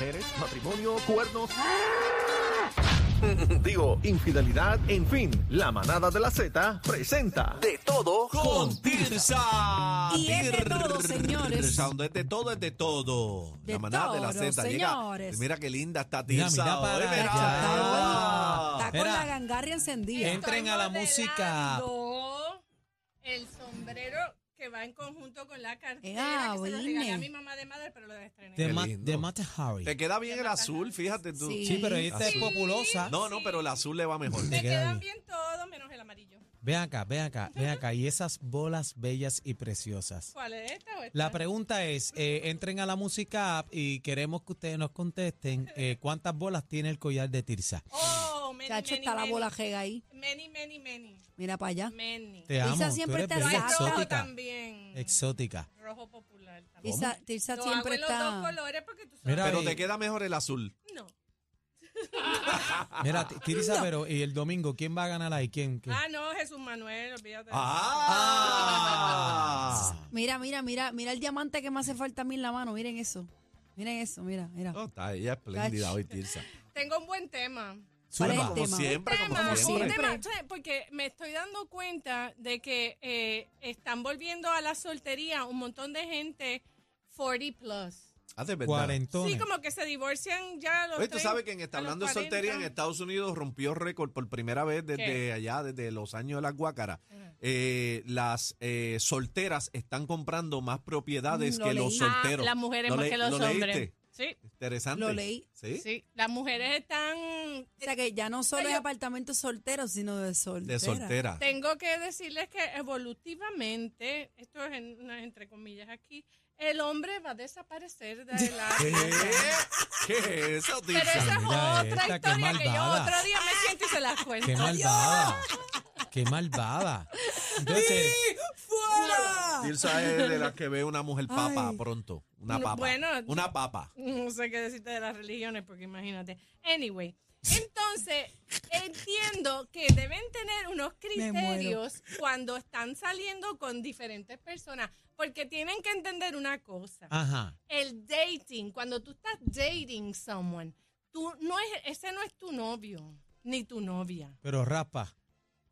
mujeres, matrimonio, cuernos. Digo, infidelidad, en fin, la manada de la Z presenta de todo con Tirsa. Y es de todo, Tir- señores. Tirsa, donde es de todo, es de todo. De la manada de la todo, Z llega. señores. Mira qué linda está Mira, Tirsa. mira para hoy, allá. mira. Ah, Está con espera. la gangarria encendida. Entra- Entren Estoy a la música. modelando El sombrero que va en conjunto con la Ea, cartera que se lo regalé oíme. a mi mamá de madre, pero lo estrené. De, Qué Ma- lindo. de Mata Hari. Te queda bien el azul, fíjate tú. Sí. Sí, pero esta es Azul. populosa. No, no, pero el azul le va mejor. Te Me queda quedan bien. bien todos menos el amarillo. Ven acá, ven acá, ven acá. Y esas bolas bellas y preciosas. ¿Cuál es esta o esta? La pregunta es, eh, entren a la música app y queremos que ustedes nos contesten eh, cuántas bolas tiene el collar de Tirsa. Oh, many, Chacho, many, está la many. bola jega ahí. Many, many, many. Mira para allá. Many. Te amo, tú siempre eres está bella, Hay exacta. rojo exótica. también. Exótica. Rojo popular también. Tirsa, Tirsa Lo hago siempre en los dos está. colores porque tú sabes. Mira, Pero eh, te queda mejor el azul. No. mira, Ti- Tirsa, No. pero y el domingo, ¿quién va a ganar ahí? ¿Quién? ¿Quién? Ah, no, Jesús Manuel, olvídate. de eso. Ah. ¡Ah! Mira, mira, mira, mira el diamante que me hace falta a mí en la mano. Miren eso. Miren eso, mira, mira. Oh, está ella espléndida hoy, Tirsa. Tengo un buen tema. ¿Cuál es Zumba. el Como tema? siempre, tema, como Como siempre. un este siempre. tema, ¿sabes? porque me estoy dando cuenta de que eh, están volviendo a la soltería un montón de gente 40 plus. Ah, de verdad. Cuarentones. Sí, como que se divorcian ya a los Oye, tú 30, sabes que en está a los hablando de soltería en 40. Estados Unidos rompió récord por primera vez desde ¿Qué? allá, desde los años de las guácaras. Ajá. Eh, las eh, solteras están comprando más propiedades Mm, lo que los leí. Ah, solteros. las mujeres ¿Lo más le- que los lo hombres. leíste? Sí, Interesante. Lo leí. Sí. sí, las mujeres están O sea que ya no solo Pero es yo- apartamento soltero, sino de soltera. De soltera. Tengo que decirles que evolutivamente, esto es en- una- entre comillas aquí, el hombre va a desaparecer de la ¿Qué? ¿Qué es eso, Pero Tirsa? esa es Mira otra esta, qué historia que yo malvada. otro día me siento y se las cuento. ¡Qué malvada! ¡Qué malvada! Entonces, ¡Fuera! Tirsa es de las que ve una mujer papa Ay. pronto. Una No, papa. bueno. una papa. No sé qué decirte de las religiones, porque imagínate. Anyway, entonces entiendo que deben tener unos Me muero. criterios cuando están saliendo con diferentes personas, porque tienen que entender una cosa. ajá. El dating, cuando tú estás dating someone, tú no es, ese no es tu novio ni tu novia. Pero raspa.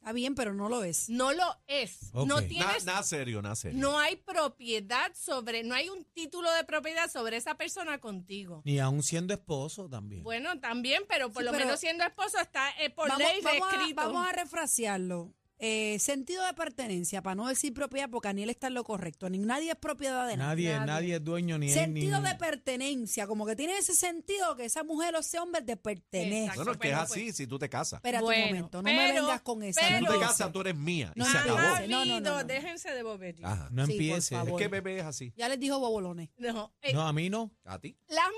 Está bien, pero no lo es. No lo es. No Ok. Na- Nada tienes serio, nada serio. No hay propiedad sobre, no hay un título de propiedad sobre esa persona contigo. Ni aún siendo esposo también. Bueno, también, pero por Sí, lo pero- menos siendo esposo está eh, por Vamos, ley vamos a, escrito. vamos a refrasearlo. Eh, sentido de pertenencia, para no decir propiedad, porque Aniel está en lo correcto. Ni nadie es propiedad de nadie. nadie, nadie, nadie. es dueño ni él, Sentido ni- de pertenencia, como que tiene ese sentido que esa mujer o ese hombre te pertenece. Exacto. Bueno, es que es Bueno, así pues. si tú te casas. Espérate un Bueno, momento, no me pero- vengas con esa. Si tú te pero- casas, tú eres mía. y No, se no, acabó. Ah. no, Ha no, no, no, habido, no. déjense de bobería. Ajá. No Sí, por empiece. favor. Es que bebé es así. Ya les dijo bobolones. No, eh, No, a mí no. A ti. Las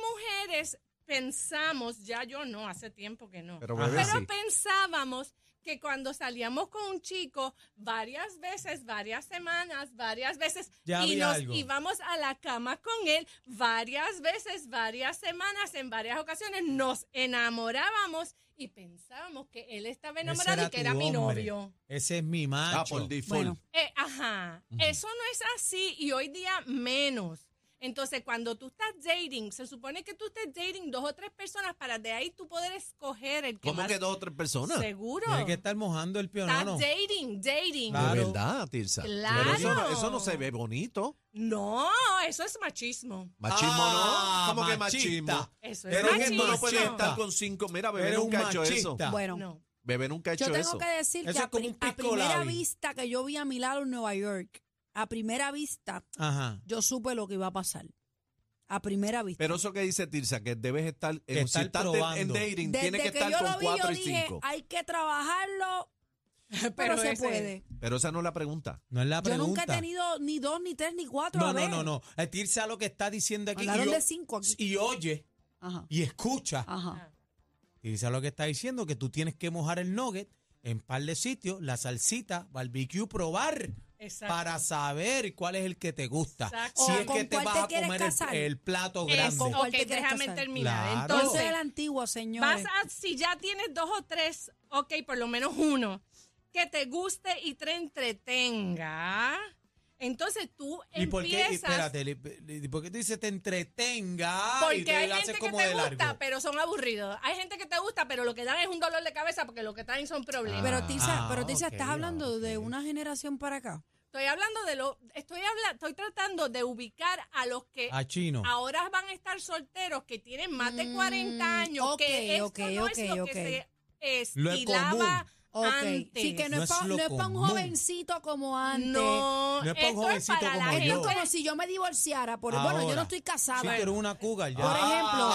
mujeres pensamos, ya yo no, hace tiempo que no. Pero Ajá. bebé Pero sí. pensábamos que cuando salíamos con un chico varias veces, varias semanas, varias veces, Ya y había nos algo. íbamos a la cama con él varias veces, varias semanas, en varias ocasiones, nos enamorábamos y pensábamos que él estaba Ese enamorado y que tu era mi hombre. novio. Ese es mi macho. Ah, por default. Eh, ajá, eso no es así y hoy día menos. Entonces, cuando tú estás dating, se supone que tú estés dating dos o tres personas para de ahí tú poder escoger el que ¿Cómo más que dos o tres personas? seguro. Tiene que estar mojando el Estás pionono. dating, dating. Claro. De verdad, Tirsa. Claro. Pero eso, no- eso no se ve bonito. No, eso es machismo. Machismo Ah, no. ¿Cómo que machista. machismo? Eso es Pero que eres un machismo. tú no puedes machista. estar con cinco. Mira, bebé Eres un nunca ha hecho eso. machista. Bueno, No. Bebé nunca ha yo hecho tengo eso. que decir Eso que es a, como pri- un a pico primera labi. vista que yo vi a Milagro en Nueva York, a primera vista, Ajá. yo supe lo que iba a pasar. A primera vista. Pero eso que dice Tirsa, que debes estar, en- Que estar si estás de- en probando. dating, Desde tienes que, que estar yo con lo vi, yo cuatro y dije, cinco. hay que trabajarlo, Pero, pero, se ese- puede. Pero esa no es la pregunta. No es la Yo pregunta. nunca he tenido ni dos, ni tres, ni cuatro a la no, no, vez. no, no. Eh, Tirsa lo que está diciendo aquí. Hablaron y, o- de Ah. cinco aquí. y oye Ajá, y escucha. ajá. Tirsa lo que está diciendo que tú tienes que mojar el nugget en par de sitios, la salsita, barbecue, probar. Exacto. Para saber cuál es el que te gusta. Exacto. Si O es con que te cuál vas te a quieres comer el- casar. el, plato Eso, grande. con cuál ok, te quieres déjame casar. terminar. Yo Claro. soy de Entonces, la antigua, señores. vas a, si ya tienes dos o tres, ok, por lo menos uno, que te guste y te entretenga, Entonces tú ¿Y por qué? empiezas... y Espérate, li- li- ¿por qué tú dices te entretenga? y Porque te hay haces gente que como de te gusta, largo? pero son aburridos. Hay gente que te gusta, pero lo que dan es un dolor de cabeza porque lo que traen son problemas. Pero Tisa, Ah, pero Tisa, ok, estás hablando de ok. una generación para acá. Estoy hablando de lo, estoy habla, estoy tratando de ubicar a los que A Ah, chino. ahora van a estar solteros que tienen más de 40 años, Mm, ok, que esto ok, no ok, es lo ok. que se Lo estilaba Ok. antes. Sí, que no, No es es para lo un común. jovencito como antes. No, No es para un esto es jovencito para la como Es yo. gente. como si yo me divorciara. Por, bueno, yo Ahora. no estoy casada. Sí, tú eres una cougar ya. Por ejemplo,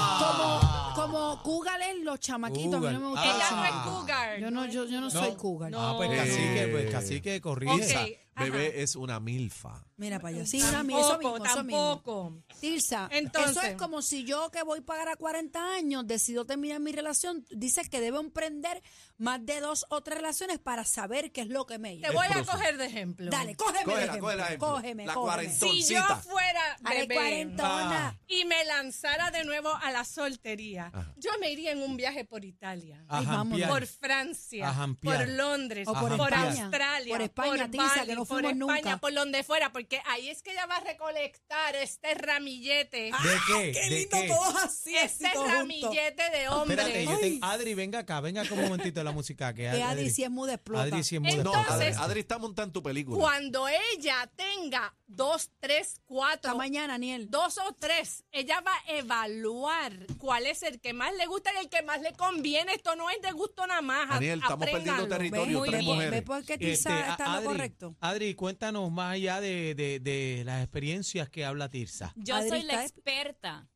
Ah. como, como cougar es los chamaquitos. A mí no me Cougar. gusta. Ah. el Ella no es chamaquito. cougar. Yo no, yo, yo no, No. soy cougar. No. Ah, pues Eh. cacique, pues cacique, corrige. Tirsa, Ok, ajá. Ah, bebé es una milfa. Mira para allá. Sí, Tampoco, una mi- eso mismo, eso mismo. tampoco. Tirsa, Entonces. eso es como si yo que voy para a 40 años decido terminar mi relación. Dices que debo emprender más de dos o tres relaciones para saber qué es lo que me Te lleva. voy a Esposo. coger de ejemplo. Dale, cógeme el Cógela, ejemplo, cógela, ejemplo. Cógeme, La cógeme. cuarenta. Si yo Toncita. fuera A la bebé cuarentona. y me lanzara de nuevo a la soltería, Ajá. yo me iría en un viaje por Italia. A Ay, vámonos. jampear. Por Francia, A jampear. por Londres, O por por, España, Australia, por España, Tisa, que no por fuimos España, nunca. por donde fuera, porque ahí es que ella va a recolectar este ramillete, ¿De qué? Ah, Qué ¿De lindo qué? todos así, así este todos juntos. ramillete de Espérate, hombres. yo Ay. tengo- Adri, venga acá, venga acá un momentito de la música. Que Que Adri sí es muy explota. Adri sí es muy No, Entonces- Adri, explota. Adri está montando tu película. Cuando ella tenga dos, tres, Hasta cuatro, mañana, Aniel. dos o tres, ella va a evaluar cuál es el que más le gusta y el que más le conviene. Esto no es de gusto nada más. Daniel, estamos perdiendo Apréndanlo. territorio, Muy tres bien. mujeres. Ve por qué Este, Tisa a- está en lo Adri, correcto. Adri, cuéntanos más allá de, de- de las experiencias que habla Tirsa. Yo Adri soy la está- experta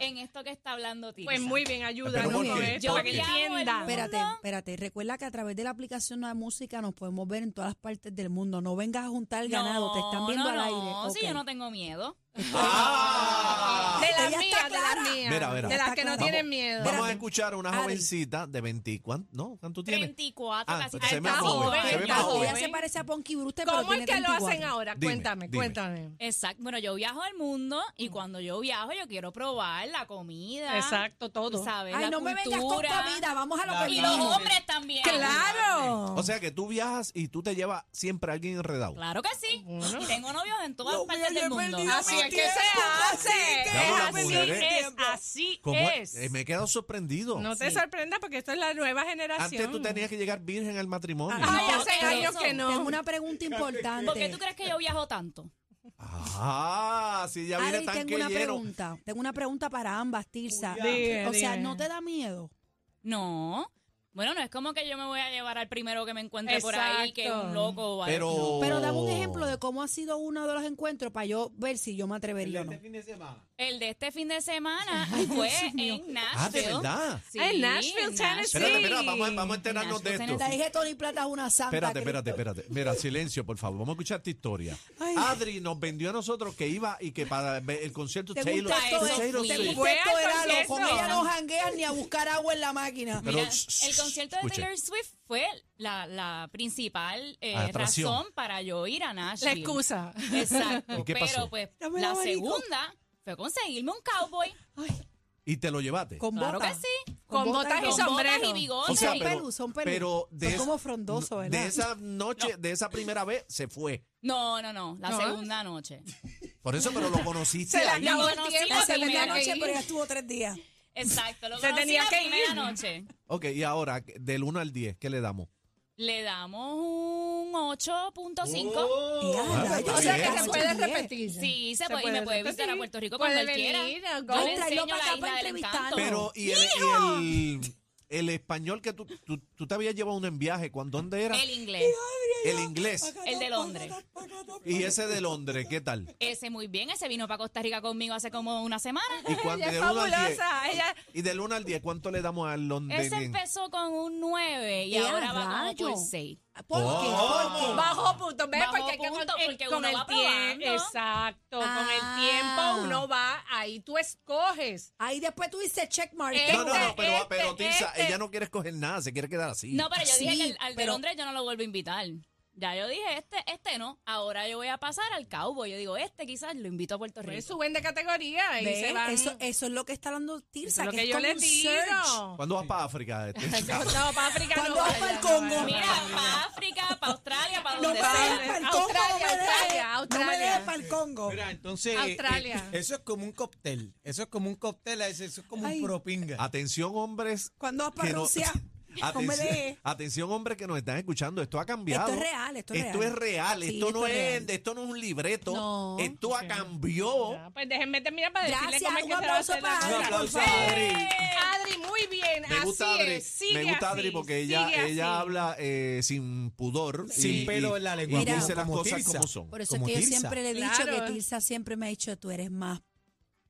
en esto que está hablando Tirsa. Ah. Pues muy bien, ayúdanos ¿por con qué? esto, ¿Por para que qué? entiendan. Pero- Espérate, mundo. espérate. Recuerda que a través de la aplicación La Música nos podemos ver en todas las partes del mundo. No vengas a juntar el ganado, te están viendo no, al aire. No, Ok. si yo no tengo miedo. Ah. De Ella las está mías, de clara. las mías. Mira, mira. De las Está que no clara. tienen Vamos- miedo. Vamos a Espérate. escuchar a una Adri. jovencito de 20. ¿cuánto? ¿No? ¿Cuánto tiene? 34, Ah, casi se me Está joven, joven, se ve está más joven. Ella se parece a Ponky Brewster, pero ¿Cómo es tiene que lo 34. hacen ahora? Dime, cuéntame, dime. cuéntame. Exacto. Bueno, yo viajo al mundo y cuando yo viajo yo quiero probar la comida. Exacto, todo. Saber Ay, la no me vengas con cultura. comida, vamos a lo que Y los vinimos. hombres también. ¡Claro! O sea que tú viajas y tú te llevas siempre a alguien enredado. Claro que sí. Bueno. Y tengo novios en todas Lo partes voy a del llevar mundo. el día Así es que se tiempo, hace. Diablo, las Es mujeres. así, es así ¿Cómo es. Eh, me he quedado sorprendido. No te Sí. sorprendas porque esto es la nueva generación. Antes tú tenías que llegar virgen al matrimonio. Ay, No, hace pero años eso, que no. Tengo una pregunta importante. ¿Por qué tú crees que yo viajo tanto? Ah, si ya viene Adri, tan tengo una lleno. pregunta. Tengo una pregunta para ambas, Tirsa. Dime, o sea, dime. ¿no te da miedo? No. Bueno, no es como que yo me voy a llevar al primero que me encuentre por ahí, que es Exacto. un loco o algo. Pero, Pero dame un Oh. ejemplo de cómo ha sido uno de los encuentros para yo ver si yo me atrevería o Este no. El de este fin de semana fue en Nashville. Ah, de verdad. Sí, Ah, en Nashville, Tennessee. Espérate, espera, vamos, a- vamos a enterarnos de Ignacio, esto. La dije Tony Plata es una santa. Espérate, Cristo. espérate, espérate. Mira, silencio, por favor. Vamos a escuchar tu historia. Ay. Adri nos vendió a nosotros que iba y que para ver el concierto Te Taylor, gusta Taylor- esto de, Taylor Swift. te Swift. gusta Fue esto de al Lalo. concierto. Con ella no jangueas ni a buscar agua en la máquina. Pero, Mira, shh, el concierto de escuche. Taylor Swift fue la, la principal eh, Atracción. razón para yo ir a Nashville. La excusa. Exacto. ¿Y qué pasó? Pero pues Dame el la abanico. segunda fue conseguirme un cowboy. Y te lo llevaste. Con Claro botas. que sí. Con botas y Con sombrero. botas y bigote. O sea, son pero- pelus, son pelus. pero de Son esa- como frondosos, ¿verdad? De esa noche, de esa primera vez, se fue. no, no, no. La No. segunda noche. Por eso, pero lo conociste Se la ahí. acabó el conocí tiempo, la se primera tenía la que noche, ir. pero ella estuvo tres días. Exacto. Lo Se conocí tenía la que primera ir. noche. Ok, y ahora, del 1 al 10, ¿qué le damos? Le damos un 8.5. Ya, Ah, rayos, O sea, bien. Oh. que se casi puede Oh, diez. repetir. Sí, se Se puede, y me puede, puede sí. visitar a Puerto Rico Puede cuando él venir, quiera. go. Yo le Ay, tráelo enseño para acá la para isla del encanto. entrevistarlo. Pero, y el, y el- el español que tú, tú, tú te habías llevado uno en viaje, ¿cuán- ¿dónde era? El inglés. El inglés. El de Londres. Y ese de Londres, ¿qué tal? Ese muy bien, ese vino para Costa Rica conmigo hace como una semana. Y cuán- Ella es del uno al diez- fabulosa. Ella, Y del 1 al 10, ¿cuánto le damos al Londres? Ese empezó con un 9 y ¡Eh, ahora va como rayo! por 6. ¿Por qué? ¿Por qué? Bajo punto, ¿ves? Bajo porque hay que punto, con- eh, porque con uno el va tiempo. probando. Exacto, con Ah. el tiempo uno va, ahí tú escoges. Ahí después tú dices checkmark. Eh, No, no, no, pero, este, pero Tirsa, este. ella no quiere escoger nada, se quiere quedar así. No, pero yo Sí, dije que el- al de pero- Londres yo no lo vuelvo a invitar. Ya yo dije, este, este no. Ahora yo voy a pasar al cowboy. Yo digo, este quizás lo invito a Puerto Pues Rico. suben de categoría y ¿Ves? se van. Eso, eso es lo que está hablando Eso Tirsa, es lo que, que es yo como les un search. digo. Cuando vas para África, este, No, para África Cuando no vas vaya, pa'l no Congo. vaya. Mira, para África, para Australia, para No me donde sea. dejes para el Congo, no me Australia, dejes. Australia, No me dejes Australia. para el Congo. Mira, entonces. eh, Australia. eh, eso es como un cóctel. Eso es como un cóctel. Eso es como Ay. un propinga. Atención, hombres. Cuando vas para que no- Rusia, no me Atención, dejes. atención, hombres que nos están escuchando. Esto ha cambiado. Esto es real, esto es Esto real. es real. Sí, esto, esto no es es, real. esto no es un libreto. No. Esto ha cambiado. Ah, Pues déjenme terminar para decirle Gracias, cómo es un que se va a aplauso hacer la para Un aplauso Adri, por cosa. a favor. Adri. Adri, muy bien. Me gusta así Adri, es. Sigue me gusta así, Adri porque ella, sigue ella así. habla eh, sin pudor. Sin y- pelo y- en la lengua. Y dice Mira. las Como cosas Tirsa. como son. Por eso es Como que yo Tirsa. siempre le he dicho Claro. que Tilsa siempre me ha dicho, tú eres más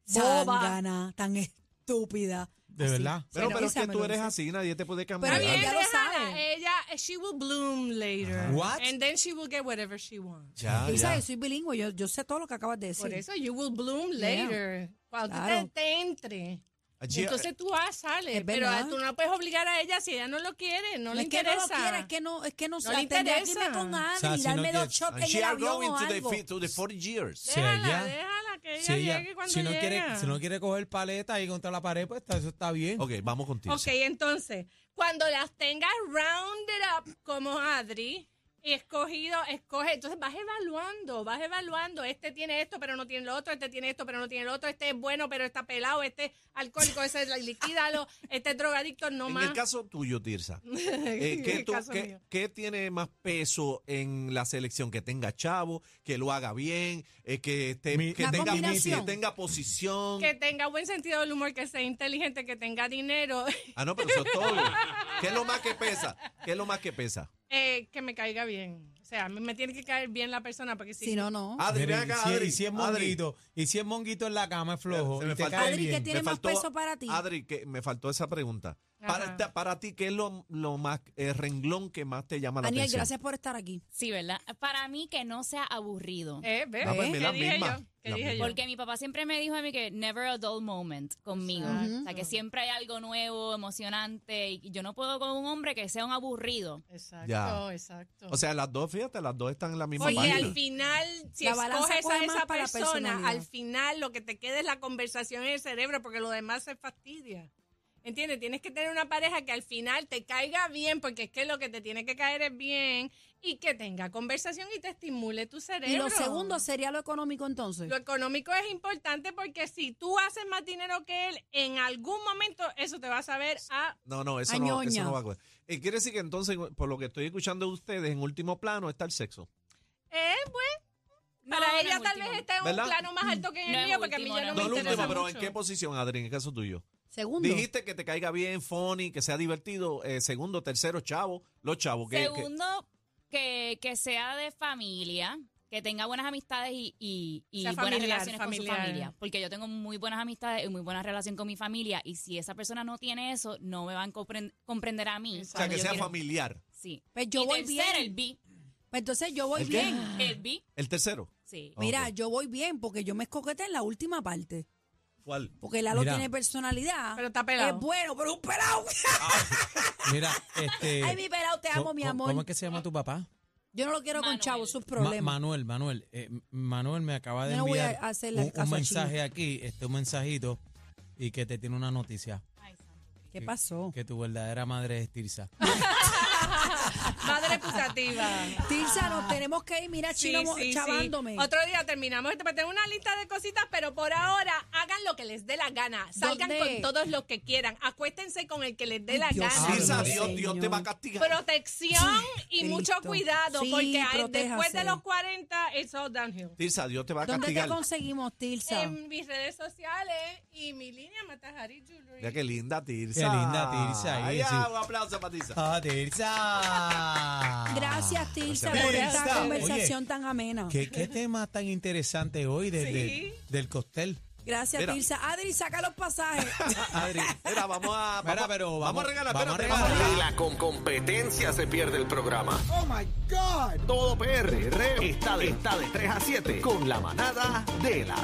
Boba. zangana, tan estúpida. De verdad. Pero, Bueno, pero es Tirsa que me tú lo eres dice. así, nadie te puede cambiar. Está Pero bien, ella lo déjala. sabe. Ella, eh, she will bloom later. What? And then she will get whatever she wants. Ya, Tilsa, ya. yo soy bilingüe, yo, yo sé todo lo que acabas de decir. Por eso, you will bloom Yeah. later. Cuando tú Claro. te, te entre. Ya, Entonces tú vas, sales. Es Pero verdad. tú no puedes obligar a ella si ella no lo quiere, no, No le es que no lo interesa. quiera, es que no, es que no, No la le tendría que interesa. irme con Adri O sea, y si darme no dos te- shots And en she el are avión going o to the, algo. fi- to the 40 years. Sí. Déjala, ella- déjala, que ella Si ella, llegue cuando si, no llega. quiere, si no quiere coger paleta y contra la pared, pues está- eso está ¿Eh? bien. Ok, vamos contigo. Ok, entonces, cuando las tengas rounded up como Adri, escogido, escoge, entonces vas evaluando, vas evaluando, este tiene esto pero no tiene lo otro, este tiene esto pero no tiene lo otro, este es bueno pero está pelado, este es alcohólico, ese es liquídalo, este es drogadicto, no En más. el caso tuyo, Tirsa, eh, En ¿qué, el tú- caso qué- mío. qué tiene más peso en la selección? ¿Que tenga chavo? ¿Que lo haga bien? eh, ¿Que, esté- Mi- que La tenga, combinación. que tenga posición? Que tenga buen sentido del humor, que sea inteligente, que tenga dinero, Ah, no, pero eso es todo. ¿Qué es lo más que pesa? ¿Qué es lo más que pesa? eh, que me caiga bien. O sea, a mí me tiene que caer bien la persona porque si Si no, no. Adri, Mire, ven acá, y si- Adri. y si es Adri. monguito, y si es monguito en la cama es flojo. Se me y te faltó- cae Adri, ¿qué bien. tiene Me más peso para ti? Adri, que me faltó esa pregunta. Ajá. Para, ta- para ti, ¿qué es lo, lo más el renglón que más te llama la Daniel, atención? gracias por estar aquí. Sí, ¿verdad? Para mí que no sea aburrido. Eh, ¿ves? Ah, pues, ¿Qué me la dije misma, yo? ¿Qué la dije yo? misma. Porque mi papá siempre me dijo a mí que never a dull moment conmigo. Exacto. O sea, que siempre hay algo nuevo, emocionante. Y yo no puedo con un hombre que sea un aburrido. Exacto, Ya. exacto. O sea, las dos, fíjate, las dos están en la misma Oye, página. al final, si La balanza escoges a coge más esa para la persona, personalidad. al final lo que te queda es la conversación en el cerebro porque lo demás se fastidia. ¿Entiendes? Tienes que tener una pareja que al final te caiga bien porque es que lo que te tiene que caer es bien y que tenga conversación y te estimule tu cerebro. Y lo segundo sería lo económico entonces. Lo económico es importante porque si tú haces más dinero que él, en algún momento eso te va a saber a... No, no, eso A no, eso ñoña. no va a coger. Eh, quiere decir que entonces, por lo que estoy escuchando de ustedes, en último plano está el sexo. Eh, pues, No, para no ella es tal último. vez está en ¿Verdad? un plano más alto que en No el es mío porque a mí último, ya no, no me No, es el último, interesa pero mucho. ¿en qué posición, Adri, en el caso tuyo? Segundo. Dijiste que te caiga bien, funny, que sea divertido. eh, segundo, tercero, chavo. Los chavos. Que, que- Segundo, que, que sea de familia, que tenga buenas amistades y, y- y Sea buenas familiar, relaciones con familiar. su familia. Porque yo tengo muy buenas amistades y muy buena relación con mi familia. Y si esa persona no tiene eso, no me van a compren- comprender a mí. O sea, o sea, cuando que yo sea quiero- familiar. Sí. Pues yo y voy tercera, el bien. B. Pues Entonces yo voy ¿El qué? bien. El B, El tercero. sí. Ok. Mira, yo voy bien porque yo me escoquete en la última parte. ¿Cuál? Porque Lalo Mira. tiene personalidad. Pero está pelado. Es bueno, pero es un pelado. Mira, este. Ay, mi pelado, te amo, ¿cómo- mi ¿Cómo es amor. que se llama tu papá? Yo no lo quiero con Manuel. chavos, sus Ma- problemas. Manuel, Manuel. eh, Manuel me acaba de Yo no voy a enviar hacerle un, un caso a mensaje aquí, este, un mensajito, y que te tiene una noticia. ¿Qué pasó? Que tu verdadera madre es Tirsa. Madre putativa. Tilsa, nos tenemos que ir. Mira, Sí, Chino mo- sí, sí. chavándome. Otro día terminamos esto. pero Tengo una lista de cositas, pero por ahora hagan lo que les dé la gana. Salgan ¿Dónde? con todos los que quieran. Acuéstense con el que les dé Ay, la Dios gana. mío. Tirsa, Ah, Claro, Dios, señor. Dios te va a castigar. Protección y Cristo. mucho cuidado, Sí, porque a- después protéjase. de los 40, it's all downhill. Tirsa, Dios te va a ¿Dónde te castigar. conseguimos, Tilsa? En mis redes sociales y mi línea Matajari Jewelry. Mira qué linda Tirsa. Qué linda Tirsa, Ay, ahí, ya, sí. un aplauso para Tirsa. ¡Ah, Tirsa! Gracias, Tilsa, gracias. por Tilsa. esta conversación tan amena. ¿Qué, qué tema tan interesante hoy desde Sí. del costel? Gracias, Mira. Tilsa. Adri, saca los pasajes. Adri, Mira, vamos a. Mira, vamos, pero vamos vamos- a regalar. vamos a espérate, regalar. vamos a De la con competencia se pierde el programa. Oh my God. Todo PR está de, está de 3 a 7 con la manada de las